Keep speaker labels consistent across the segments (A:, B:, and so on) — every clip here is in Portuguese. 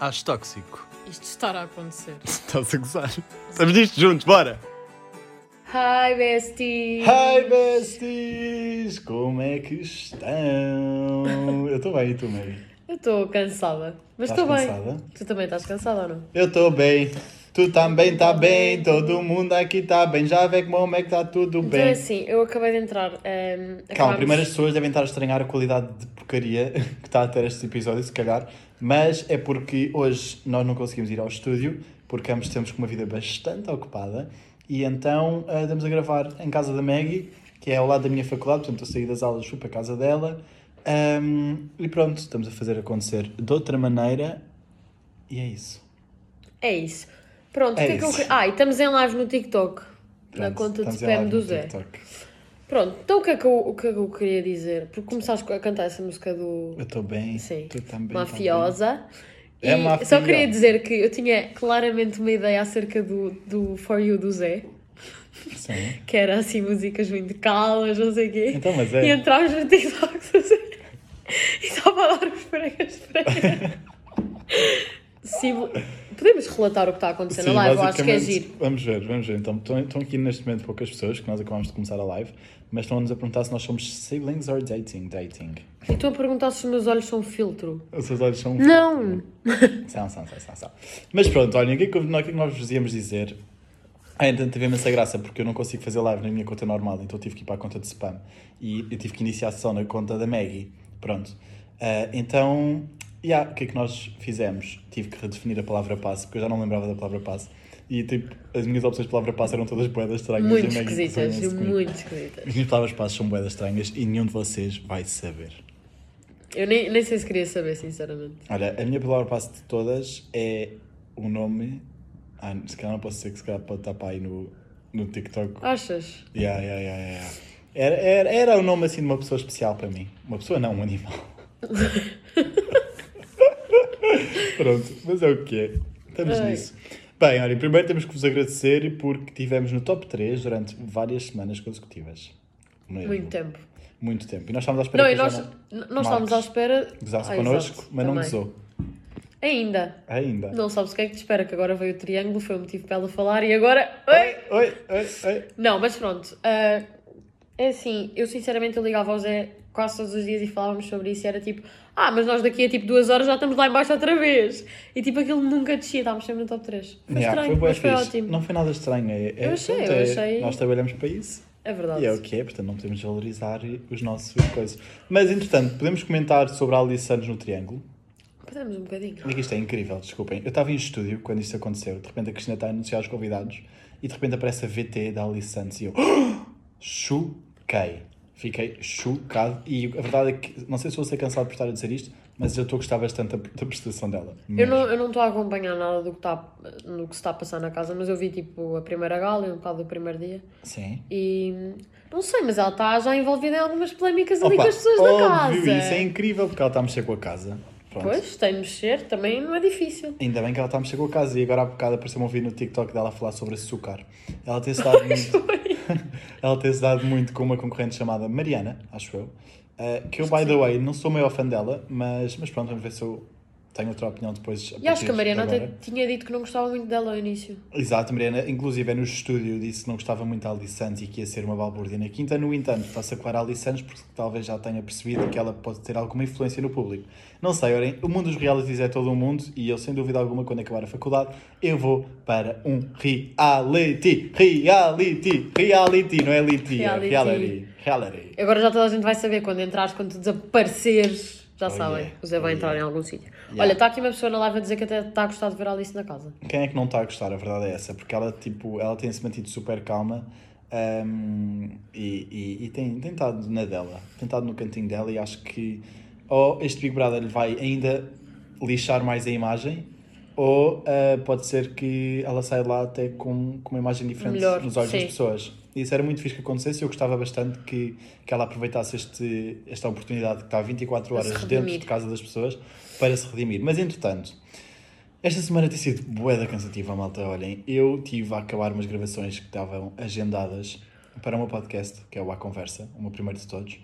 A: Acho tóxico.
B: Isto estará a acontecer.
A: Estás a gozar? Estamos nisto juntos, bora!
B: Hi, bestie!
C: Hi besties! Como é que estão? Eu estou bem, e tu, Mary?
B: Eu estou cansada, mas
C: Estás
B: estou bem.
C: cansada?
B: Tu também estás cansada ou não?
C: Eu estou bem. Tu também tá bem, todo mundo aqui tá bem. Já vê como é que tá tudo
B: Então é
C: bem.
B: assim, eu acabei de entrar. ehm,
C: Calma,
B: acabámos-
C: primeiro as pessoas devem estar a estranhar a qualidade de porcaria que está a ter este episódio, se calhar. Mas é porque hoje nós não conseguimos ir ao estúdio, porque ambos temos uma vida bastante ocupada. E então ah, estamos a gravar em casa da Maggie, que é ao lado da minha faculdade, portanto eu saí das aulas, fui para a casa dela. Ahm, e pronto, estamos a fazer acontecer de outra maneira. E é isso.
B: É isso. Pronto,
C: É
B: o que é que eu
C: isso.
B: queria- Ah, e estamos em live no TikTok. na
C: Pronto,
B: conta de
C: estamos em
B: spam
C: live
B: do
C: no
B: Zé.
C: TikTok.
B: Pronto, então o que, é que eu, o que é que eu queria dizer? Porque começaste a cantar essa música do.
C: Eu estou bem.
B: Sim.
C: Tu também. tá
B: mafiosa.
C: É
B: e
C: mafiosa.
B: só queria dizer que eu tinha claramente uma ideia acerca do, do For You do Zé,
C: bem? Sim.
B: que era assim músicas muito calmas, não sei o quê.
C: Então, mas
B: E
C: é.
B: entrámos no TikTok do Zé e estava a dar os pregas para Se vo- Podemos relatar o que está acontecendo na live, eu acho que é
C: basicamente,
B: giro.
C: Vamos ver, vamos ver. Então, estão estão aqui neste momento poucas pessoas, que nós acabámos de começar a live, mas estão-nos a perguntar se nós somos siblings or dating. Dating.
B: E estão a perguntar se os meus olhos são filtro.
C: Os seus olhos são. um
B: Não!
C: São, são, são, são, são. Mas pronto, olhem, o que é que, nós- o que é que nós vos íamos dizer? Ah, então teve imensa graça, porque eu não consigo fazer live na minha conta normal, então eu tive que ir para a conta de spam. E eu tive que iniciar a sessão na conta da Maggie. Pronto. Ah, então, yeah, o que é que nós fizemos? Tive que redefinir a palavra passe, porque eu já não lembrava da palavra passe. E tipo, as minhas opções de palavra passe eram todas boedas estranhas.
B: Muito
C: e a Maggie gozou
B: esquisitas,
C: imenso comigo.
B: muito esquisitas.
C: As minhas palavras passe são boedas estranhas e nenhum de vocês vai saber.
B: Eu nem, nem sei se queria saber, sinceramente.
C: Olha, a minha palavra passe de todas é o nome. Ah, se calhar não posso dizer que se calhar pode estar para aí no, no TikTok.
B: Ah. Achas?
C: Yeah, yeah, yeah, yeah. Era, era, era o nome assim de uma pessoa especial para mim. Uma pessoa não, um animal. Pronto, mas é o que é. Estamos
B: Ai.
C: nisso. Bem, olha, primeiro temos que vos agradecer porque tivemos no top 3 durante várias semanas consecutivas. Mesmo.
B: Muito tempo.
C: Muito tempo. E nós estávamos à É. espera
B: Não,
C: que
B: e
C: a
B: nós,
C: Joana
B: n- nós estávamos à espera.
C: gozasse
B: Ah,
C: connosco,
B: exato,
C: mas não
B: também.
C: gozou.
B: Ainda.
C: Ainda.
B: Não sabes o que é que te espera, que agora veio o triângulo, foi o motivo para ela falar e agora. Oi!
C: Oi, oi, oi.
B: Não, mas pronto. ah, é assim, eu sinceramente eu ligava ao Zé quase todos os dias e falávamos sobre isso e era tipo, ah, mas nós daqui a tipo duas horas já estamos lá embaixo outra vez. E tipo aquilo nunca descia, estávamos sempre no top 3. Foi
C: Yeah,
B: estranho,
C: bué
B: mas foi
C: fixe.
B: ótimo.
C: Não foi nada estranho. É, é-
B: Eu achei,
C: pronto,
B: eu
C: é-
B: achei.
C: Nós trabalhamos para isso.
B: É verdade.
C: E é o que é, portanto não podemos valorizar os nossos coisas. Mas entretanto, podemos comentar sobre a Alice Santos no Triângulo.
B: Podemos um bocadinho.
C: Porque isto é incrível, desculpem. Eu estava em estúdio quando isto aconteceu. De repente a Cristina está a anunciar os convidados e de repente aparece a VT da Alice Santos e eu "Ah!" choquei. Fiquei chocado e a verdade é que não sei se vou ser cansado por estar a dizer isto, mas eu estou a gostar bastante da, da prestação dela.
B: Eu
C: Mesmo.
B: não estou eu não tô a acompanhar nada do que, tá, do que se está a passar na casa, mas eu vi tipo a primeira gala e um bocado do primeiro dia.
C: Sim.
B: E não sei, mas ela está já envolvida em algumas polémicas ali
C: Opa,
B: com as pessoas da casa.
C: óbvio, isso é incrível porque ela está a mexer com a casa. Pronto.
B: Pois, tem de mexer, também não é difícil.
C: Ainda bem que ela está a mexer com a casa e agora há bocado apareceu-me um vídeo no TikTok dela a falar sobre açúcar. Ela tem-se dado muito. ela tem-se dado muito com uma concorrente chamada Mariana, acho eu. eh, que eu, by the way, não sou o maior fã dela, mas, mas pronto, vamos ver se eu tenho outra opinião depois.
B: E acho que a Mariana
C: partir de
B: até
C: agora.
B: tinha dito que não gostava muito dela ao início.
C: Exato, Mariana, inclusive é no estúdio, disse que não gostava muito da Alice Santos e que ia ser uma balbúrdia na quinta. No entanto, está-se a colar a Alice Santos porque talvez já tenha percebido que ela pode ter alguma influência no público. Não sei, olhem, o mundo dos realities é todo um mundo e eu, sem dúvida alguma, quando acabar a faculdade, eu vou para um reality. Reality, reality, não é liti, é
B: Reality.
C: reality. Reality.
B: Agora já toda a gente vai saber quando entrares, quando tu desapareceres. Já
C: Oh,
B: sabem,
C: yeah,
B: o Zé vai
C: oh,
B: entrar
C: yeah.
B: em algum sítio.
C: Yeah.
B: Olha, está aqui uma pessoa na live a dizer que até está a gostar de ver a Alice na casa.
C: Quem é que não está a gostar? A verdade é essa, porque ela, tipo, ela tem se mantido super calma ahm, e, e, e tem, tem estado na dela, tem estado no cantinho dela e acho que ou este Big Brother lhe vai ainda lixar mais a imagem ou ah, pode ser que ela saia de lá até com, com uma imagem diferente
B: Melhor,
C: nos olhos das
B: sim.
C: pessoas. E Isso era muito fixe que acontecesse e eu gostava bastante que, que ela aproveitasse este, esta oportunidade que está 24
B: Para se
C: horas dentro
B: redimir.
C: de casa das pessoas para se redimir. Mas entretanto, esta semana tem sido bué da cansativa, malta. Olhem, eu tive a acabar umas gravações que estavam agendadas para o meu podcast, que é o A Conversa, o meu primeiro de todos.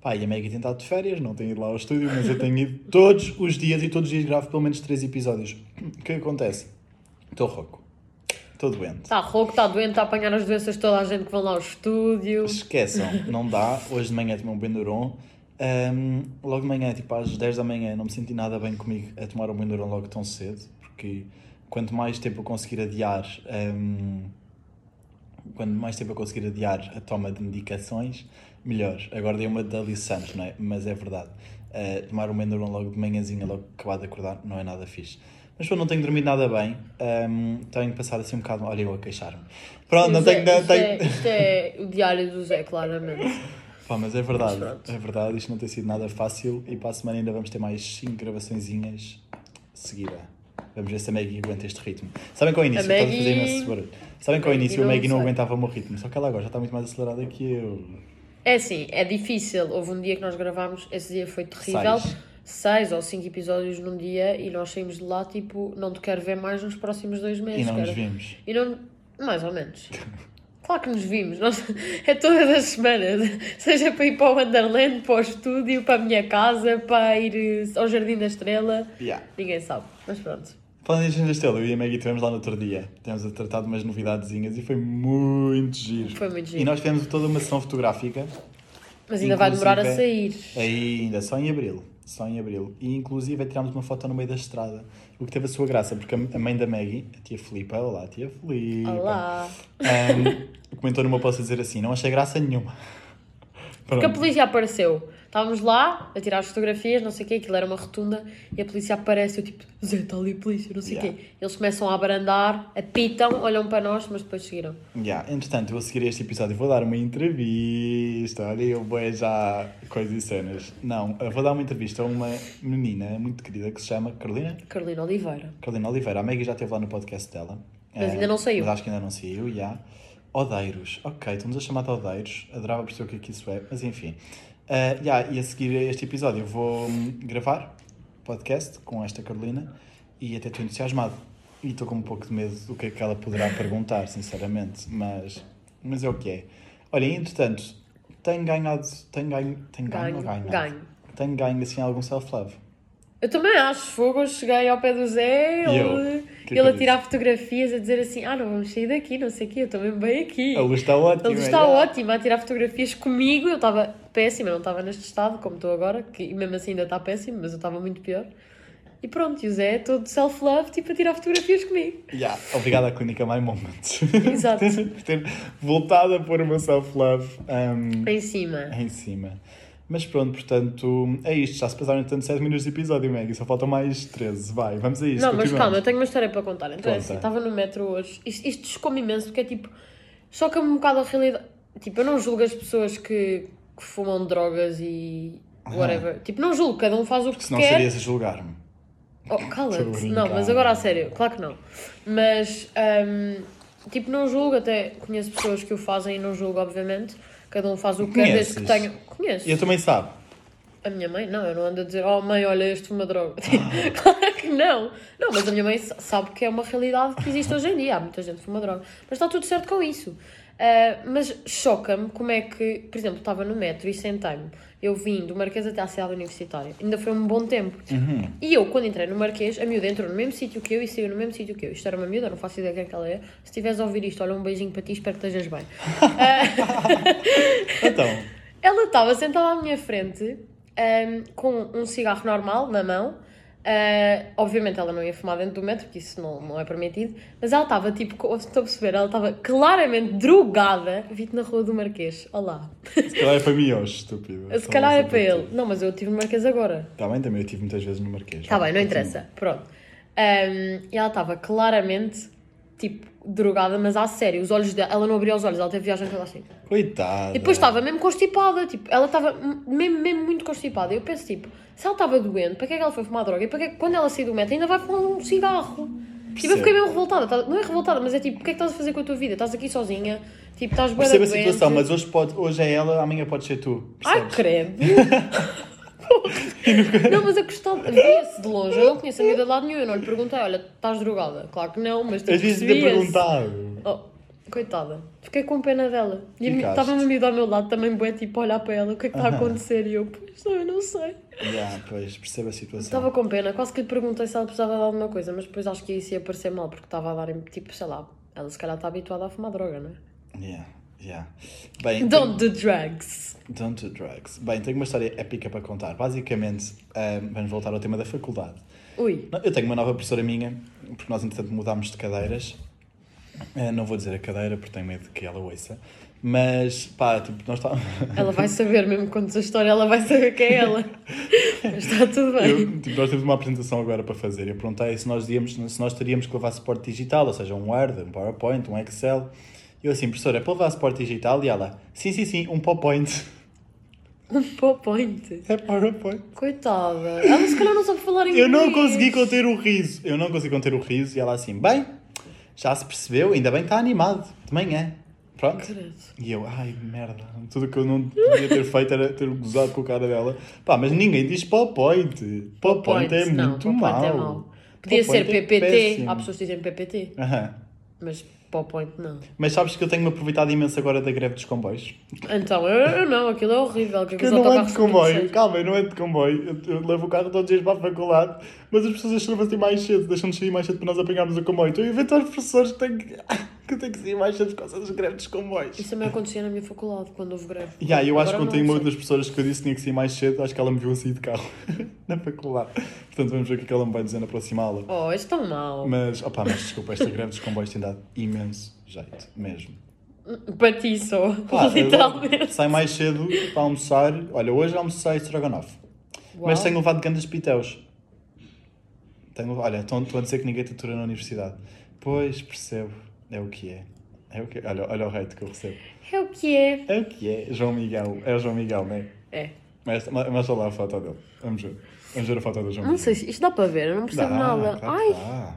C: Pá, e a Maggie tem estado de férias, não tem ido lá ao estúdio, mas eu tenho ido todos os dias e todos os dias gravo pelo menos três episódios. O que acontece? Estou rouco. Estou doente.
B: Está Tá rouco, está doente, está a apanhar as doenças de toda a gente que vão lá ao estúdio.
C: Esqueçam, não dá. Hoje de manhã tomei um Benduron. Ahm, logo de manhã, tipo às 10 da manhã, não me senti nada bem comigo a tomar um Benduron logo tão cedo, porque quanto mais tempo eu conseguir adiar, ahm, quanto mais tempo eu conseguir adiar a toma de medicações, melhor. Agora dei uma da Alice Santos, não é? Mas é verdade. Ah, tomar um Benduron logo de manhãzinha, logo acabado de acordar, não é nada fixe. Mas pô, não tenho dormido nada bem, ahm, tenho passado assim um bocado. Olha, eu a queixar-me. Pronto, não
B: Isto é-
C: tenho. Não,
B: isto, é,
C: tenho...
B: isto é o diário do Zé, claramente.
C: Pá, mas é verdade,
B: Mas pronto.
C: é verdade, isto não tem sido nada fácil e para a semana ainda vamos ter mais 5 gravaçõezinhas seguida. Vamos ver se a Maggie aguenta este ritmo. Sabem que ao início,
B: A
C: estás a fazer
B: Maggie- um
C: imenso barulho. Sabem que ao
B: Maggie
C: início a
B: não
C: Maggie não
B: sei.
C: aguentava o meu ritmo, só que ela agora já está muito mais acelerada que eu.
B: É assim, é difícil. Houve um dia que nós gravámos, esse dia foi terrível.
C: Seis.
B: Seis ou cinco episódios num dia e nós saímos de lá, tipo, não te quero ver mais nos próximos dois meses.
C: E não nos
B: cara.
C: vimos.
B: E não. Mais ou menos. Claro que nos vimos. Nós... É todas as semanas. Seja para ir para o Wonderland, para o estúdio, para a minha casa, para ir eh, ao Jardim da Estrela.
C: Yeah.
B: Ninguém sabe. Mas pronto.
C: Falando em Gente Estela, eu e a Maggie estivemos lá no outro dia. Tivemos a tratar de umas novidadezinhas e foi muito giro.
B: Foi muito giro.
C: E nós tivemos toda uma sessão fotográfica
B: Mas ainda vai demorar a sair.
C: Inclusive, Aí ainda, só em Abril. Só em Abril. E inclusive tirámos uma foto no meio da estrada. O que teve a sua graça, porque a a mãe da Maggie, a tia Filipa, olá, tia Filipa.
B: Olá.
C: ahm, comentou numa posso dizer assim, não achei graça nenhuma.
B: Porque a
C: Pronto.
B: polícia apareceu. Estávamos lá a tirar as fotografias, não sei o quê, aquilo era uma rotunda, e a polícia aparece, eu tipo, Zé, está ali a polícia, não sei o
C: Yeah.
B: quê. Eles começam a abrandar, apitam, olham para nós, mas depois seguiram.
C: Yeah, Entretanto, eu a seguir este episódio vou dar uma entrevista. Olha, eu vou já coisas e cenas. Não, eu vou dar uma entrevista a uma menina muito querida que se chama Carolina.
B: Carolina Oliveira.
C: Carolina Oliveira, a Maggie já esteve lá no podcast dela.
B: Mas
C: Eh,
B: ainda não saiu.
C: Mas acho que ainda não saiu, já. Odeiros, ok, estamos a chamar de Odeiros. Adorava perceber o que é que isso é, mas enfim. Eh, já, e a seguir a este episódio eu vou hum, gravar podcast com esta Carolina e até estou entusiasmado. E estou com um pouco de medo do que é que ela poderá perguntar, sinceramente, mas, mas é o que é. Olha, entretanto, tenho ganhado, tenho ganho, tenho ganho, ou
B: Ganho,
C: ganhado?
B: ganho.
C: Tenho ganho, assim, algum self-love.
B: Eu também acho fogo, eu cheguei ao pé do Zé,
C: E eu?
B: ele,
C: Que que
B: ele
C: eu
B: a tirar fotografias, a dizer assim, ah, não vamos sair daqui, não sei o quê, eu estou mesmo bem aqui.
C: A luz está ótima.
B: Ele está
C: já.
B: ótimo a tirar fotografias comigo. Eu estava péssima, não estava neste estado como estou agora, que e mesmo assim ainda está péssimo, mas eu estava muito pior. E pronto, e o Zé é todo self-love, tipo a tirar fotografias comigo.
C: Yeah. Obrigado à Clínica My Moment
B: Exato.
C: por ter voltado a pôr o meu self-love um,
B: Em cima.
C: em cima. Mas pronto, portanto, é isto. Já se passaram tanto 7 minutos de episódio, Maggie. Só faltam mais 13. Vai, vamos a isto.
B: não, mas
C: continuamos.
B: calma, eu tenho uma história para contar. Então é
C: Conta.
B: assim, estava no metro hoje. Isto, isto chocou-me imenso, porque é tipo. Choca-me um bocado a realidade. Tipo, eu não julgo as pessoas que, que fumam drogas e. Whatever. Tipo, não julgo, cada um faz o que
C: Senão
B: quer.
C: serias a julgar-me.
B: Oh,
C: Tô a
B: cala-te.
C: brincar.
B: Não, mas agora a sério, claro que não. Mas, hum, tipo, não julgo, até conheço pessoas que o fazem e não julgo, obviamente. Cada um faz o que quer desde que
C: Conheces?
B: tenho. Conheço.
C: E eu também sabe.
B: A minha mãe, não, eu não ando a dizer, oh mãe, olha, este uma droga. claro que não. Não, mas a minha mãe sa- sabe que é uma realidade que existe hoje em dia. Há muita gente que fuma droga. Mas está tudo certo com isso. Ah, mas choca-me como é que, por exemplo, estava no metro e sentei-me. Eu vim do Marquês até à cidade universitária. Ainda foi um bom tempo. E eu, quando entrei no Marquês, a miúda entrou no mesmo sítio que eu e saiu no mesmo sítio que eu. Isto era uma miúda, não faço ideia quem é que ela é. Se estiveres a ouvir isto, olha, um beijinho para ti, espero que estejas bem.
C: Então,
B: Ela estava sentada à minha frente ahm, com um cigarro normal na mão. Ah, obviamente ela não ia fumar dentro do metro, porque isso não, não é permitido. Mas ela estava tipo, co- estou a perceber, ela estava claramente drogada. Vi-te na rua do Marquês. Olá.
C: se calhar é para mim hoje, estúpido.
B: Se calhar é para ele. Não, mas eu estive no Marquês agora.
C: Está bem, também eu estive muitas vezes no Marquês.
B: Tá bem, não
C: Continua.
B: interessa. Pronto. Ahm, e ela estava claramente, tipo, drogada, mas à sério. Os olhos dela, ela não abria os olhos, ela teve viagem toda assim.
C: Coitada.
B: E depois tá estava mesmo constipada, tipo, ela estava m- mesmo, mesmo muito constipada. Eu penso, tipo, se ela estava doente, para que é que ela foi fumar droga? E para que é que quando ela sair do metro ainda vai fumar um cigarro? Tipo,
C: Percebo.
B: eu fiquei meio revoltada. Tá- Não é revoltada, mas é tipo, o que é que estás a fazer com a tua vida? Estás aqui sozinha, tipo, estás bué da
C: Percebo a
B: doente.
C: situação, mas hoje, pode, hoje é ela, amanhã pode ser tu.
B: Ai,
C: Percebes?
B: credo! não, mas a questão. Via-se de longe, eu não conheço a miúda de lado nenhum, eu não lhe perguntei, olha, estás drogada? Claro que não, mas tipo,
C: Às vezes ainda
B: percebia-se.
C: perguntado.
B: Oh, Coitada. Fiquei com pena dela. E a mi-
C: Ficaste.
B: estava uma miúda ao meu lado também, bué, tipo, a olhar para ela, o que é que está a
C: Aham.
B: acontecer? E eu, pois não, eu não sei.
C: Yeah, pois, percebo a situação.
B: Estava com pena, quase que lhe perguntei se ela precisava de alguma coisa, mas depois acho que isso ia parecer mal, porque estava a dar, em- tipo, sei lá, ela se calhar está habituada a fumar droga, não é?
C: Yeah, yeah. Bem,
B: Don't do drugs.
C: Don't do drugs. Bem, tenho uma história épica para contar. Basicamente, ahm, vamos voltar ao tema da faculdade.
B: Ui,
C: Não, Eu tenho uma nova professora minha, porque nós entretanto mudámos de cadeiras. Ah, não vou dizer a cadeira, porque tenho medo que ela ouça. Mas, pá, tipo, nós estávamos...
B: ela vai saber, mesmo que contes a história, ela vai saber quem é ela. mas está tudo bem.
C: Eu, tipo, nós temos uma apresentação agora para fazer. Eu perguntei se nós, íamos, se nós teríamos que levar suporte digital, ou seja, um Word, um PowerPoint, um Excel. Eu assim, professora, é para levar suporte digital? E ela, sim, sim, sim, um PowerPoint.
B: Um PowerPoint.
C: É PowerPoint.
B: Coitada. Ela se calhar não sabe falar inglês.
C: Eu não consegui conter o riso. Eu não consegui conter o riso. E ela assim, bem, já se percebeu, ainda bem que está animado. De manhã. Pronto.
B: Credo.
C: E eu, ai merda, tudo o que eu não devia ter feito era ter gozado com a cara dela. Pá, mas ninguém diz PowerPoint. PowerPoint é
B: PowerPoint, não,
C: muito
B: PowerPoint
C: mau.
B: é mau. Podia ser
C: PowerPoint é
B: PPT.
C: péssimo.
B: Há pessoas que dizem PPT,
C: Aham.
B: mas PowerPoint não.
C: Mas sabes que eu tenho-me aproveitado imenso agora da greve dos comboios.
B: Então, eu, eu não, aquilo é horrível. Que
C: Porque eu não ando de comboio, calma, eu não ando de comboio. Eu, eu levo o carro todos os dias para a faculdade, mas as pessoas levam-se mais cedo, deixam-nos sair mais cedo para nós apanharmos o comboio. Então, Estou a inventar professores que têm que, que, têm que sair mais cedo por causa das greves dos comboios.
B: Isso também acontecia na minha faculdade, quando houve greve.
C: E aí, eu acho que
B: Agora
C: ontem
B: não
C: uma
B: sei.
C: das pessoas que eu disse que tinha que sair mais cedo, acho que ela me viu a sair de carro na faculdade. Portanto, vamos ver o que é que ela me vai dizer na próxima aula.
B: Oh, és tão mau.
C: Mas, opá, mas desculpa, esta greve dos comboios tem dado imenso jeito, mesmo.
B: Para ti só,
C: Pá, eu
B: literalmente.
C: Saio mais cedo para almoçar. Olha, hoje almocei estrogonofe. Mas
B: Uau.
C: tenho levado grandes piteus. Tenho, olha, estão estão a dizer que ninguém te atura na universidade. Pois, percebo. É o que é. É o que é. Olha, olha o hate que eu recebo.
B: É o que é.
C: É o que é. João Miguel. É o João Miguel, não é?
B: É.
C: Mas, mas mas olha lá a foto dele. Vamos ver. Vamos ver a foto do João
B: Não
C: Miguel.
B: sei, se isto dá para ver, eu não percebo
C: Dá,
B: nada.
C: claro
B: Ai,
C: que dá.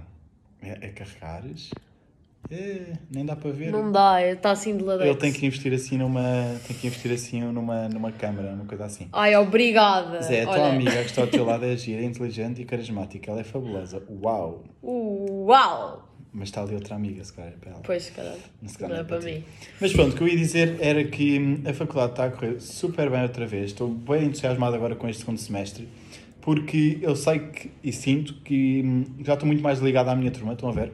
C: É, é carregares? É, nem dá para ver.
B: não dá, está assim de ladeira.
C: Ele tem que investir assim numa. Tem que investir assim numa, numa câmara, uma coisa assim.
B: Ai, obrigada.
C: Zé, é a tua
B: Olha.
C: amiga que está ao teu lado é gira, é inteligente e carismática. Ela é fabulosa. Uau!
B: Uau!
C: Mas está ali outra amiga, se calhar é para ela.
B: Pois, caralho.
C: Se
B: Não
C: calhar
B: é para
C: ti.
B: mim.
C: Mas pronto, o que eu ia dizer era que hum, a faculdade está a correr super bem outra vez. Estou bem entusiasmado agora com este segundo semestre, porque eu sei que, e sinto que hum, já estou muito mais ligado à minha turma, estão a ver?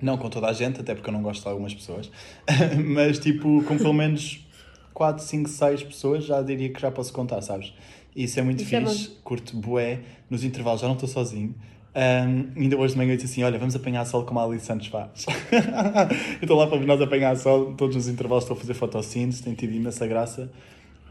C: Não com toda a gente, até porque eu não gosto de algumas pessoas, mas tipo, com pelo menos 4, 5, 6 pessoas já diria que já posso contar, sabes? Isso é muito
B: Isso é
C: fixe, curto bué, nos intervalos já não estou sozinho. Hum, ainda hoje de manhã eu disse assim: Olha, vamos apanhar sol como a Alice Santos faz. eu estou lá para nós apanhar sol, todos nos intervalos estou a fazer fotossíntese, tem tido imensa graça.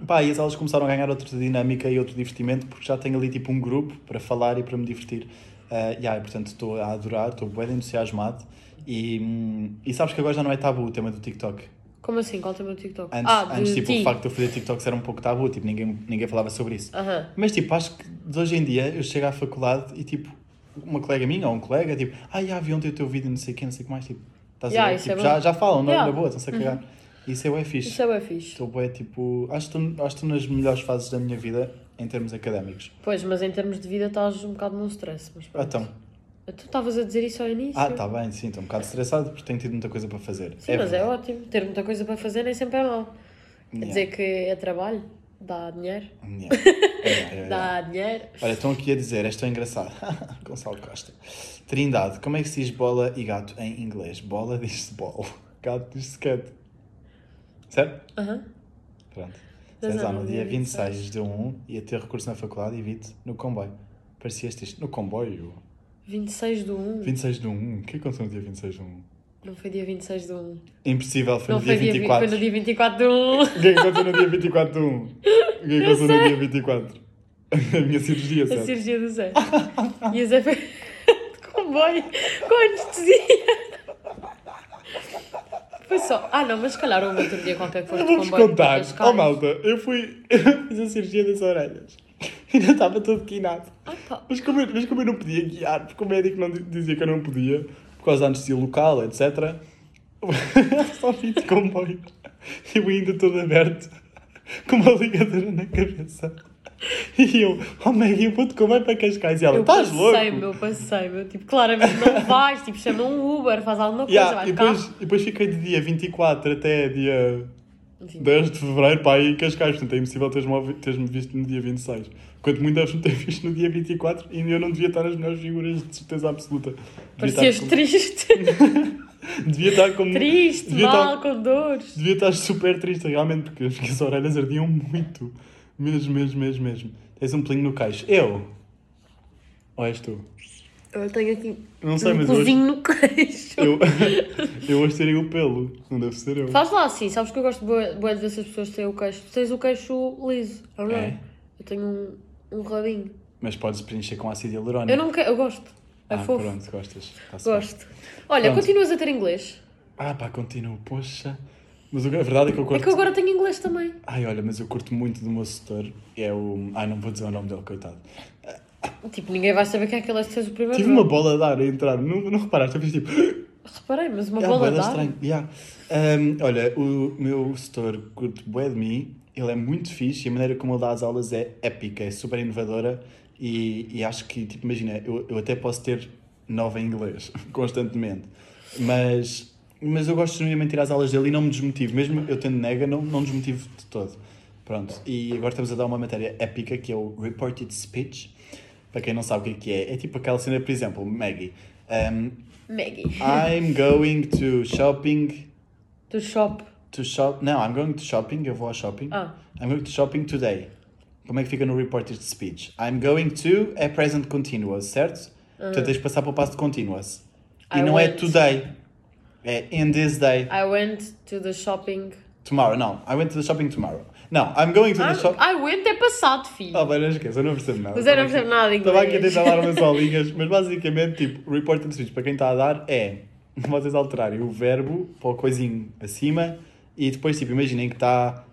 C: Pá, e as aulas começaram a ganhar outra dinâmica e outro divertimento, porque já tenho ali tipo um grupo para falar e para me divertir. Ah, e aí, portanto, estou a adorar, estou bem entusiasmado. E, hum, e sabes que agora já não é tabu o tema do TikTok.
B: Como assim? Qual é o meu TikTok?
C: Antes,
B: ah, de
C: antes tipo,
B: ti.
C: o facto de eu fazer TikToks era um pouco tabu, tipo, ninguém, ninguém falava sobre isso.
B: Aham.
C: Mas tipo, acho que de hoje em dia eu chego à faculdade e tipo, uma colega minha ou um colega, tipo, ah, já vi ontem o teu vídeo, não sei o que, não sei o que mais, tipo, estás
B: Yeah,
C: a ver?
B: isso é
C: Tipo,
B: bom.
C: já, já falam, não é?
B: Yeah.
C: Na boa, estão-se a cagar. Isso é o fixe.
B: Isso é bem fixe.
C: Estou bem, tipo, acho que estou- acho que estou nas melhores fases da minha vida em termos académicos.
B: Pois, mas em termos de vida estás um bocado num stress. Mas
C: Ah,
B: pronto.
C: então.
B: Tu estavas a dizer isso ao início.
C: Ah, tá bem, sim, estou um bocado estressado porque tenho tido muita coisa para fazer.
B: Sim, mas é
C: verdade.
B: ótimo. Ter muita coisa para fazer nem sempre é mau. Quer
C: Yeah.
B: dizer que é trabalho, dá dinheiro,
C: Yeah. Yeah, yeah, yeah.
B: dá dinheiro.
C: Olha, estão aqui a dizer, esta é engraçada. Gonçalo Costa. Trindade, como é que se diz bola e gato em inglês? Bola diz-se ball, gato diz-se cat. Certo?
B: Aham.
C: Pronto.
B: Mas
C: César,
B: não,
C: no dia
B: não,
C: 26 de 1 ia ter recurso na faculdade e vi-te no comboio. Parecias-te isto. No comboio?
B: 26 de 1.
C: 26 de 1? O que aconteceu no dia 26 de 1?
B: Não foi dia 26 de 1.
C: Impossível, foi no
B: não
C: dia
B: foi, dia, vi-
C: 24.
B: foi no dia 24 de 1.
C: O que é que aconteceu no dia 24 de 1? O que é que aconteceu no dia 24? A minha cirurgia,
B: A
C: certo?
B: cirurgia do Zé. E o Zé foi de comboio com anestesia. Foi só. Ah, não, mas se calhar houve outro dia qualquer que foi
C: Eu
B: de
C: vou-vos
B: comboio.
C: contar.
B: para
C: Oh,
B: Cascais.
C: malta, eu fui... Eu fiz a cirurgia das orelhas. Ainda estava todo quinado.
B: Ah, pá.
C: Mas como, eu, mas como eu não podia guiar, porque o médico não di- dizia que eu não podia, por causa da anestesia local, etc. Só vim de comboio. E eu ainda todo aberto, com uma ligadeira na cabeça. E eu, oh Maggie, eu vou-te comer para Cascais. E ela,
B: Eu
C: estás louco?
B: passei, meu, passei, meu. Tipo, claramente não vais. Tipo, chama um Uber, faz alguma coisa,
C: Yeah,
B: vai
C: e
B: de carro.
C: depois, e depois fiquei de dia 24 até dia
B: Enfim.
C: 10 de Fevereiro para aí em Cascais, portanto é impossível teres-me ouvi- teres-me visto no dia 26. Quanto muito deves-me ter visto no dia 24 e eu não devia estar nas melhores figuras de certeza absoluta. Devia
B: Parecias
C: estar
B: triste,
C: como, devia estar como...
B: triste,
C: devia estar-
B: mal, com dores.
C: Devia estar super triste realmente porque as minhas orelhas ardiam muito. Mesmo, mesmo, mesmo, mesmo. Tens um pelinho no queixo. Eu? Ou és tu?
B: Eu tenho aqui
C: Não sei,
B: um
C: mas eu hoje,
B: cozinho no queixo.
C: eu, eu hoje tirei o pelo. Não deve ser eu.
B: Faz lá assim, sabes que eu gosto bué bué de ver se as pessoas têm o queixo. Tu tens o queixo liso, ou não?
C: É.
B: Eu tenho um, um rabinho.
C: Mas podes preencher com ácido hialurónico.
B: Eu não quero, eu gosto. É
C: ah,
B: fofo.
C: pronto, gostas. Tá-se bem.
B: Gosto. Olha,
C: Pronto.
B: continuas a ter inglês.
C: Ah, pá, continuo. Poxa. Mas o- a verdade é que eu
B: É
C: curto.
B: que eu agora tenho inglês também.
C: Ai, olha, mas eu curto muito do meu setor. É o. Ai, não vou dizer o nome dele, coitado.
B: Tipo, ninguém vai saber quem é que ele é se tens o primeiro
C: Tive
B: nome.
C: uma bola de ar a entrar. Não, não reparaste? Eu fiz tipo.
B: Reparei, mas uma
C: É,
B: bola
C: bola
B: de ar.
C: estranho. Yeah. Um, olha, o meu setor curto bué de mim, ele é muito fixe e a maneira como ele dá as aulas é épica, é super inovadora e, e acho que, tipo, imagina, eu, eu até posso ter nova em inglês constantemente, mas, mas eu gosto genuinamente de ir às aulas dele e não me desmotivo, mesmo eu tendo nega, não, não desmotivo de todo. Pronto, e agora estamos a dar uma matéria épica que é o Reported Speech. Para quem não sabe o que é que é, é tipo aquela cena, por exemplo, Maggie. um,
B: Maggie.
C: I'm going to shopping
B: Do shop.
C: to shop. Não, I'm going to shopping. Eu vou ao shopping.
B: Ah.
C: I'm going to shopping today. Como é que fica no reported speech? I'm going to é present continuous, certo? Portanto, tens de passar para o passo de continuous. E
B: Uh. I
C: não é
B: went.
C: today. É in this day.
B: I went to the shopping.
C: Tomorrow, não. I went to the shopping tomorrow. Não, I'm going to
B: Ah,
C: the shop.
B: I went é passado, filho.
C: Ah, bem, não esqueça, eu não percebo nada.
B: Mas eu não
C: Estava aqui-
B: percebo nada em
C: Estava aqui a
B: inglês.
C: tentar dar umas aulinhas, mas basicamente, tipo, reported speech, para quem está a dar, é vocês alterarem o verbo para o coisinho acima e depois, tipo, imaginem que está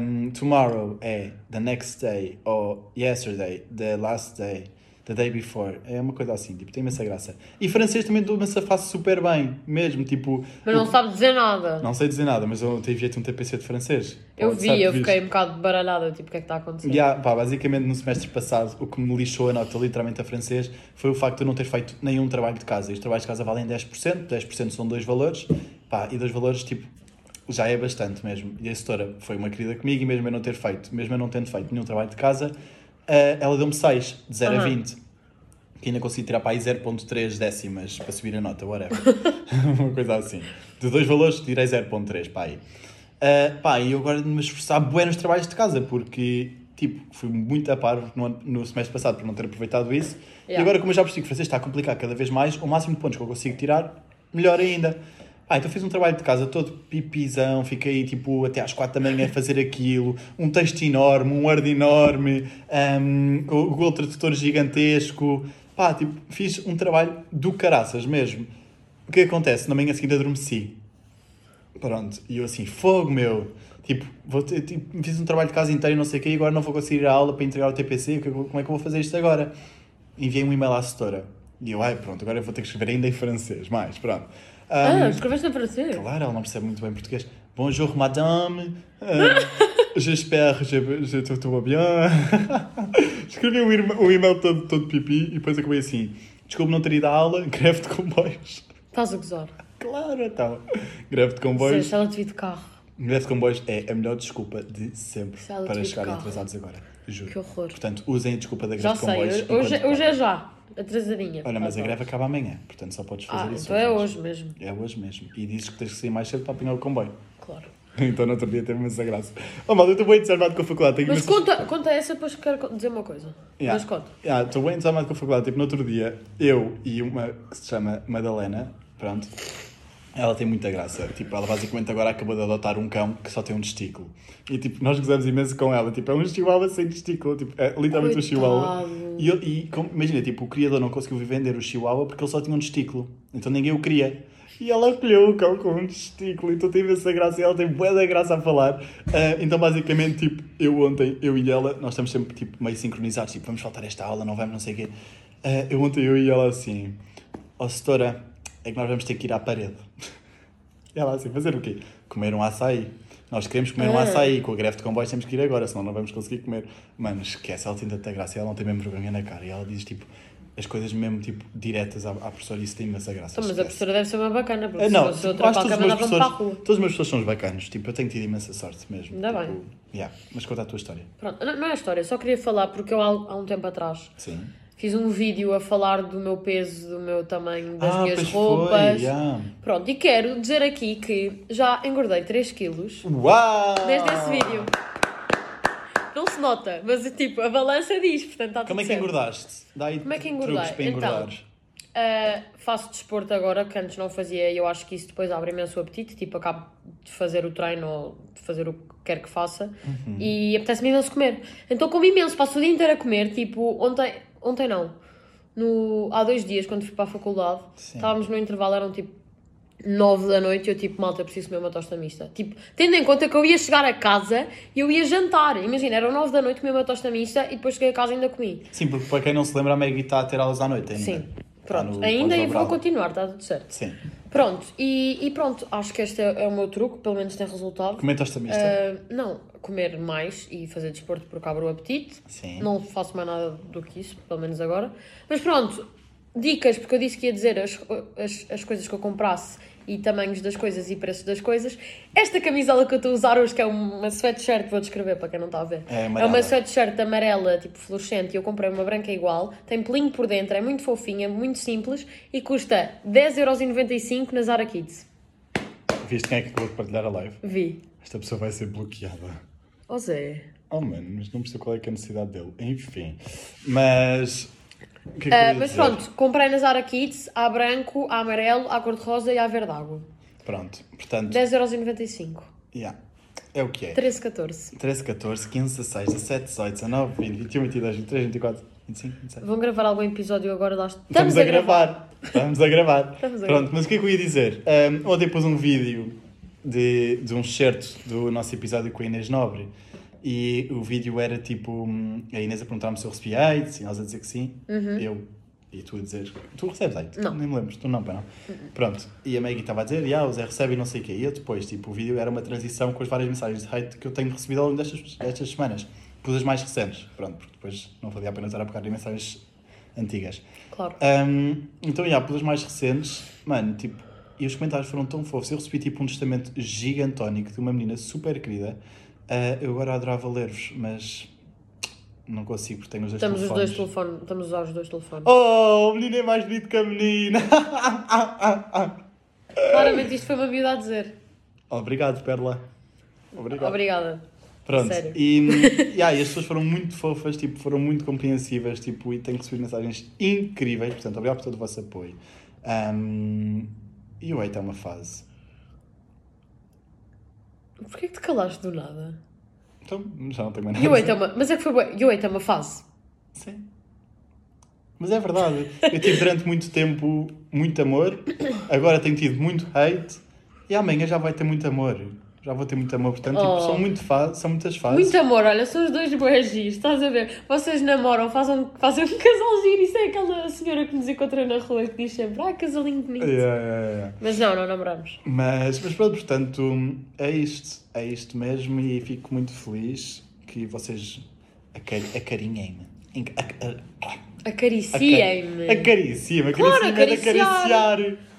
C: um, tomorrow é the next day ou yesterday, the last day, the day before. É uma coisa assim, tipo, tem imensa graça. E francês também dou uma safaço super bem, mesmo, tipo...
B: Mas não
C: eu-
B: sabe dizer nada.
C: não sei dizer nada, mas eu tive jeito de um TPC de francês.
B: eu
C: Pode
B: vi,
C: ser que
B: eu
C: viste.
B: fiquei um bocado baralhada. Tipo, o que é que está a acontecer?
C: Yeah, pá, basicamente no semestre passado o que me lixou a nota literalmente a francês foi o facto de eu não ter feito nenhum trabalho de casa. E os trabalhos de casa valem 10%, 10% são dois valores, pá, e dois valores tipo já é bastante mesmo. E a setora foi uma querida comigo e mesmo eu não ter feito, mesmo eu não tendo feito nenhum trabalho de casa, eh, ela deu-me 6, de 0 a
B: Aham.
C: 20. Que ainda consegui tirar para aí 0.3 décimas para subir a nota, whatever. uma coisa assim. De dois valores, tirei 0.3 para aí. Uh, pá, e eu agora de me esforçar bué nos trabalhos de casa, porque, tipo, fui muito a par no, ano- no semestre passado por não ter aproveitado isso. E
B: Yeah.
C: agora, como eu já percebi que o francês está a complicar cada vez mais, o máximo de pontos que eu consigo tirar, melhor ainda. Ah, então fiz um trabalho de casa todo pipizão, fiquei tipo até às quatro da manhã a fazer aquilo, um texto enorme, um word enorme, um, o Google Tradutor gigantesco. Pá, tipo, fiz um trabalho do caraças mesmo. O que acontece? Na manhã seguinte adormeci. Pronto, e eu assim, fogo meu! Tipo, vou ter- tipo, fiz um trabalho de casa inteiro e não sei o quê, e agora não vou conseguir ir à aula para entregar o TPC, o que é que eu- como é que eu vou fazer isto agora? Enviei um e-mail à setora. E eu, ai pronto, agora eu vou ter que escrever ainda em francês, mais, pronto. Ah,
B: Ah, escreveste em francês?
C: Claro, ela não percebe muito bem português. Bonjour, madame. Ah, J'espère que je, je tout va bien. Escrevi um, irma- um e-mail todo, todo pipi e depois acabei assim. Desculpe não ter ido à aula, greve de comboios.
B: Estás a gozar.
C: Claro, então. Greve de comboios.
B: Se ela te vir de carro.
C: Greve de comboios é a melhor desculpa de sempre
B: Se ela
C: para
B: tiver
C: chegarem
B: tipo carro.
C: atrasados agora. Juro.
B: Que horror.
C: Portanto, usem a desculpa da greve
B: Já
C: de comboios.
B: sei, hoje,
C: enquanto
B: hoje é
C: podem.
B: já. Atrasadinha.
C: Olha, mas a
B: Tá
C: greve
B: bom.
C: acaba amanhã, portanto só podes fazer
B: Ah,
C: isso.
B: então é hoje mesmo.
C: mesmo. É hoje mesmo. E dizes que tens que sair mais cedo para apanhar o comboio.
B: Claro.
C: Então no outro dia teve-me essa graça. Oh, mal, eu estou bem desarmado com a faculdade. Tenho
B: Mas
C: imensas-
B: conta, conta essa, depois que quero co- dizer uma coisa.
C: Yeah.
B: Mas conta.
C: Yeah, Estou bem desarmado com a faculdade. Tipo, no outro dia, eu e uma que se chama Madalena, pronto, ela tem muita graça. Tipo, ela basicamente agora acabou de adotar um cão que só tem um testículo. E tipo, nós gozamos imenso com ela. Tipo, é um chihuahua sem testículo. Tipo, é literalmente um chihuahua.
B: Coitado.
C: E, eu- e como- imagina, tipo, o criador não conseguiu vender o chihuahua porque ele só tinha um testículo. Então ninguém o queria. E ela colheu o cão com um testículo, então tem essa graça e ela tem bué da graça a falar. Ah, então, basicamente, tipo, eu ontem, eu e ela, nós estamos sempre tipo, meio sincronizados, tipo, vamos faltar esta aula, não vamos, não sei o quê. Ah, eu ontem, eu e ela assim, ó É setora, é que nós vamos ter que ir à parede. E ela assim, fazer o quê? Comer um açaí. Nós queremos comer um
B: Ah.
C: açaí, com a greve de comboios temos que ir agora, senão não vamos conseguir comer. Mano, esquece, ela tem tanta graça, ela não tem mesmo vergonha na cara. E ela diz, tipo, as coisas mesmo, tipo, diretas à, à professora e isso tem imensa graça.
B: Então, mas a
C: esquece.
B: professora deve ser uma bacana, porque
C: Ah, não,
B: se fosse
C: tipo,
B: outra
C: acho que todos
B: qualquer
C: os meus
B: mandava-me para a
C: professores,
B: rua.
C: todos os meus professores são os bacanos. Tipo, eu tenho tido imensa sorte mesmo.
B: Ainda
C: tipo,
B: bem.
C: yeah. Mas conta a tua história.
B: Pronto, não, não é história, só queria falar, porque eu há, há um tempo atrás
C: Sim.
B: fiz um vídeo a falar do meu peso, do meu tamanho, das
C: ah,
B: minhas
C: pois
B: roupas.
C: foi. Yeah.
B: Pronto, e quero dizer aqui que já engordei 3 quilos
C: Uau!
B: desde esse vídeo. Não se nota, mas tipo, a balança diz, portanto está tudo
C: Como é que
B: certo.
C: engordaste? Dá aí
B: Como é que engordei?
C: truques para
B: Então,
C: engordares.
B: Uh, faço desporto agora, que antes não fazia, e eu acho que isso depois abre imenso o apetite. Tipo, acabo de fazer o treino ou de fazer o que quer que faça
C: Uhum.
B: e apetece-me imenso comer. Então como imenso, passo o dia inteiro a comer. Tipo, ontem, ontem não, no, há dois dias, quando fui para a faculdade,
C: Sim.
B: estávamos no intervalo, eram tipo 9 da noite e eu tipo, malta, preciso comer uma tosta mista. Tipo, tendo em conta que eu ia chegar a casa e eu ia jantar. Imagina, eram 9 da noite, comi uma tosta mista e depois cheguei a casa e ainda comi.
C: Sim, porque para quem não se lembra, a Maggie está a ter aulas à noite ainda.
B: Sim,
C: Está
B: pronto.
C: Tá no
B: Ainda e vou
C: pós-laboral.
B: continuar, está tudo certo.
C: Sim.
B: Pronto, e, e pronto, acho que este é, é o meu truque, pelo menos tem resultado.
C: Comentaste a mista?
B: Ah, não, comer mais e fazer desporto porque abre o apetite.
C: Sim.
B: Não faço mais nada do que isso, pelo menos agora. Mas pronto, dicas, porque eu disse que ia dizer as, as, as coisas que eu comprasse e tamanhos das coisas e preços das coisas. Esta camisola que eu estou a usar hoje, que é uma sweatshirt, vou descrever para quem não está a ver.
C: É
B: é
C: amarela.
B: uma sweatshirt amarela, tipo fluorescente, e eu comprei uma branca igual. Tem pelinho por dentro, é muito fofinha, muito simples e custa 10,95€ na Zara Kids. Ah.
C: Viste quem é que acabou de partilhar a live?
B: Vi.
C: Esta pessoa vai ser bloqueada.
B: Oh Zé.
C: Oh, mano, mas não percebo qual é que é a necessidade dele. Enfim. Mas. o que é que eu
B: Ah,
C: ia
B: mas
C: dizer?
B: pronto, comprei na Zara Kids, há branco, há amarelo, há cor-de-rosa e há verde água.
C: Pronto. Portanto,
B: 10,95€.
C: yeah. é o que é.
B: 13, 14.
C: 13, 14, 15, 16, 17, 18, 19, 20, 21, 22, 23, 24, 25, 26.
B: Vão gravar algum episódio agora? Lá estamos,
C: Estamos a gravar. Estamos a gravar.
B: Estamos a
C: Pronto,
B: gravar.
C: mas o que é que eu ia dizer? Um, ontem pus um vídeo de, de um excerto do nosso episódio com a Inês Nobre. E o vídeo era tipo: hum, a Inês a perguntar-me se eu recebi AIDS, e nós a dizer que sim. Eu. E tu a dizer, tu recebes AIDS?
B: Uhum. Não. Uhum.
C: Nem me lembro, tu não, pá, não. Pronto, e a Maggie estava a dizer, ah, o Zé recebe e não sei o quê. E eu depois, tipo, o vídeo era uma transição com as várias mensagens de hate que eu tenho recebido ao longo destas, destas semanas. Pus as mais recentes, pronto, porque depois não valia a pena estar a pegar em mensagens antigas.
B: Claro.
C: Um, então, já, pelas mais recentes, mano, tipo, e os comentários foram tão fofos. Eu recebi, tipo, um testamento gigantónico de uma menina super querida. Ah, eu agora adorava ler-vos, mas não consigo, porque tenho os dois
B: Estamos os
C: telefones.
B: dois telefones, estamos a usar os dois telefones.
C: Oh, o menino é mais bonito que a menina! Oh!
B: Claramente isto foi uma miúda a dizer.
C: Obrigado, Perla. Obrigado.
B: Obrigada.
C: Pronto,
B: Sério.
C: e, yeah, e as pessoas foram muito fofas, tipo, foram muito compreensivas tipo, e tenho recebido mensagens incríveis. Portanto, obrigado por todo o vosso apoio. Um, e o hate é uma fase.
B: Porquê que te calaste do nada?
C: Então, já não tenho mais nada.
B: E
C: a
B: o
C: dizer.
B: hate é uma... Mas é que foi bué. E o hate é uma fase.
C: Sim. Mas é verdade. Eu tive durante muito tempo muito amor, agora tenho tido muito hate e amanhã já vai ter muito amor. Já vou ter muito amor, portanto, tipo,
B: Oh.
C: são, muito fa são muitas fases.
B: Muito amor, olha, são os dois boas estás a ver? Vocês namoram, fazem, fazem um casal giro. Isso é aquela senhora que nos encontrou na rua que diz sempre, ah, casalinho bonito.
C: Yeah, yeah, yeah.
B: Mas não, não namoramos.
C: é, Mas, mas pronto, portanto, é isto. É isto mesmo e fico muito feliz que vocês acari acarinhem-me. Enc- a- a-
B: Acariciem-me.
C: Acariciem-me,
B: Claro,
C: acariciem-me, é de
B: acariciar.
C: acariciar.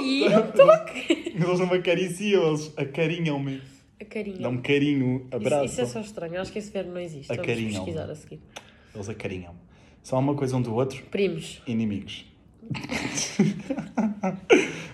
B: Ai, eu toque!
C: Mas Eles não me acariciam, eles acarinham-me.
B: A carinha.
C: Dá-me um carinho, abraço.
B: isso, isso é só estranho, acho que esse verbo não existe.
C: A
B: Vamos
C: carinha.
B: pesquisar a seguir.
C: Eles acarinham-me. São uma coisa um do outro,
B: Primos.
C: inimigos.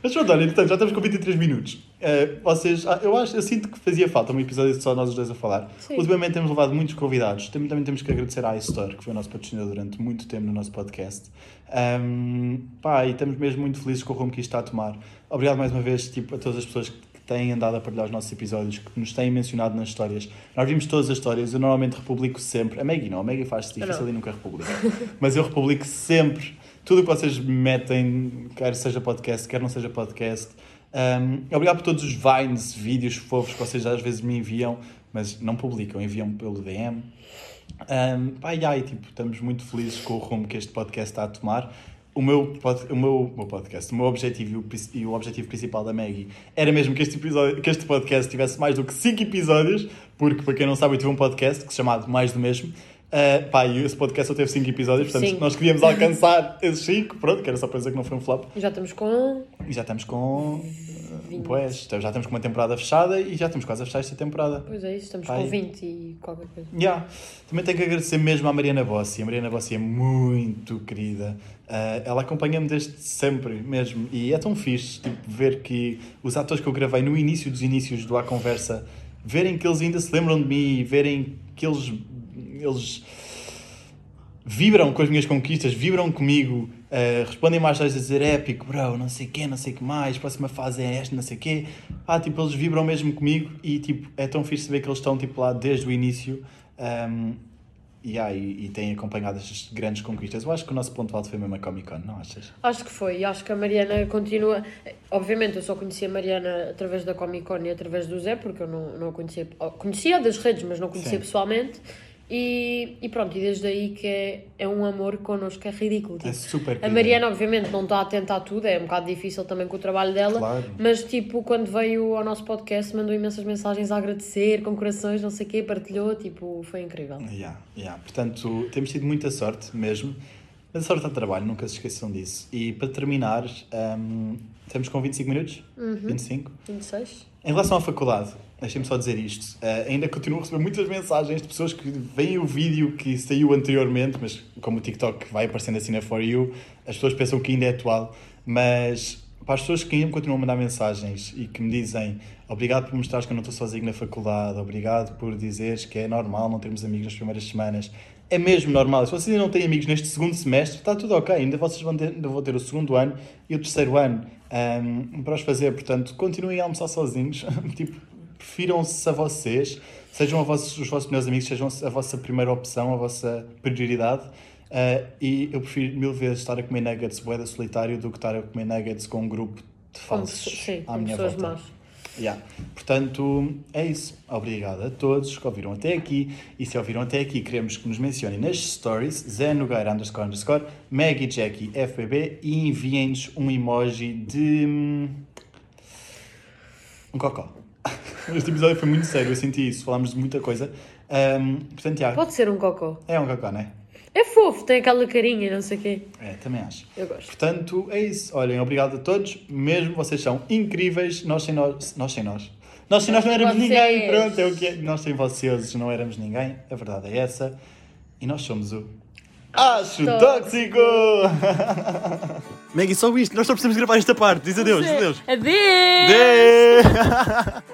C: Mas pronto, olha, portanto, já estamos com 23 minutos. Eh, vocês, ah, eu, acho, eu sinto que fazia falta um episódio só nós os dois a falar.
B: Sim.
C: Ultimamente temos levado muitos convidados. Também, também temos que agradecer à iStore, que foi o nosso patrocinador durante muito tempo no nosso podcast. Ahm, pá, e estamos mesmo muito felizes com o rumo que isto está a tomar. Obrigado mais uma vez tipo, a todas as pessoas que têm andado a partilhar os nossos episódios, que nos têm mencionado nas histórias. Nós vimos todas as histórias, eu normalmente republico sempre. A Maggie não, a Maggie faz-se
B: Eu
C: difícil
B: não.
C: e nunca republica. Mas eu republico sempre tudo o que vocês metem, quer seja podcast, quer não seja podcast. Um, obrigado por todos os vines, vídeos fofos que vocês às vezes me enviam, mas não publicam, enviam pelo DM. Um, pá, e aí, tipo, estamos muito felizes com o rumo que este podcast está a tomar. o meu, pod- o meu, o meu podcast, o meu objetivo e o, pis- e o objetivo principal da Maggie era mesmo que este, episódio, que este podcast tivesse mais do que 5 episódios, porque para quem não sabe, eu tive um podcast que se chamava Mais do Mesmo. Uh, pá, e esse podcast só teve 5 episódios, portanto
B: Sim.
C: nós queríamos alcançar esses 5, pronto, que era só para dizer que não foi um flop.
B: Já estamos com.
C: E já estamos com.
B: Vinte.
C: Pois, então já estamos com uma temporada fechada e já estamos quase a fechar esta temporada.
B: Pois é, isso, estamos
C: Vai.
B: com 20 e qualquer coisa.
C: Yeah. Também tenho que agradecer mesmo à Mariana Bossi. A Mariana Bossi é muito querida. Ah, ela acompanha-me desde sempre mesmo. E é tão fixe tipo, ver que os atores que eu gravei no início dos inícios do A Conversa, verem que eles ainda se lembram de mim e verem que eles, eles vibram com as minhas conquistas, vibram comigo, eh, respondem mais vezes a dizer épico, bro, não sei quê, não sei o que mais, próxima fase é esta, não sei o quê. Ah, tipo, eles vibram mesmo comigo e, tipo, é tão fixe saber que eles estão, tipo, lá desde o início ahm, e, ah, e, e têm acompanhado estas grandes conquistas. Eu acho que o nosso ponto alto foi mesmo a Comic Con, não achas?
B: Acho que foi, e acho que a Mariana continua. Obviamente, eu só conheci a Mariana através da Comic Con e através do Zé, porque eu não, não a conhecia. oh, Conhecia das redes, mas não conhecia
C: Sim.
B: pessoalmente. E, e pronto, e desde aí que é, é um amor connosco, é ridículo.
C: É
B: tipo,
C: super
B: a
C: querida.
B: Mariana, obviamente, não está atenta a tudo, é um bocado difícil também com o trabalho dela,
C: Claro.
B: mas tipo, quando veio ao nosso podcast, mandou imensas mensagens a agradecer, com corações, não sei o quê, partilhou, tipo, foi incrível.
C: Yeah, yeah. Portanto, temos tido muita sorte mesmo. Mas a sorte ao trabalho, nunca se esqueçam disso. E para terminar, ahm, estamos com 25 minutos?
B: Uhum.
C: 25?
B: 26?
C: Em relação à faculdade, deixem-me só dizer isto. eh, ainda continuo a receber muitas mensagens de pessoas que veem o vídeo que saiu anteriormente, mas como o TikTok vai aparecendo assim na For You, as pessoas pensam que ainda é atual. Mas para as pessoas que ainda me continuam a mandar mensagens e que me dizem obrigado por mostrares que eu não estou sozinho na faculdade, obrigado por dizeres que é normal não termos amigos nas primeiras semanas. É mesmo normal. Se vocês ainda não têm amigos neste segundo semestre, está tudo ok. Ainda vocês vão ter, ainda vão ter o segundo ano e o terceiro ano ahm, para os fazer. Portanto, continuem a almoçar sozinhos. tipo, prefiram-se a vocês. Sejam a vossos- os vossos melhores amigos, sejam a vossa primeira opção, a vossa prioridade. Ah, e eu prefiro mil vezes estar a comer nuggets boeda solitário do que estar a comer nuggets com um grupo de
B: Com
C: falsos
B: pessoas, sim,
C: à
B: com
C: minha
B: pessoas
C: volta.
B: más.
C: Yeah. Portanto, é isso. Obrigado a todos que ouviram até aqui. E se ouviram até aqui, queremos que nos mencionem nas stories Zé Nogueira underscore underscore, Maggie Jackie FBB e enviem-nos um emoji de. hum, um cocó. Este episódio foi muito sério, eu senti isso. Falámos de muita coisa. Ahm, portanto, Tiago,
B: Pode ser um cocô.
C: é um cocó, não é?
B: É fofo, tem aquela carinha, não sei o quê.
C: É, também acho.
B: Eu gosto.
C: Portanto, é isso. Olhem, obrigado a todos. Mesmo vocês são incríveis. Nós sem nós. Nós sem nós. Nós sem nós não
B: sem
C: éramos
B: vocês.
C: ninguém. Pronto, é o que é. Nós sem vocês não éramos ninguém. A verdade é essa. E nós somos o. Acho Tóxico!
A: Maggie, só isto. Nós só precisamos gravar esta parte. Diz adeus, diz adeus.
B: Adeus!
A: Adeus.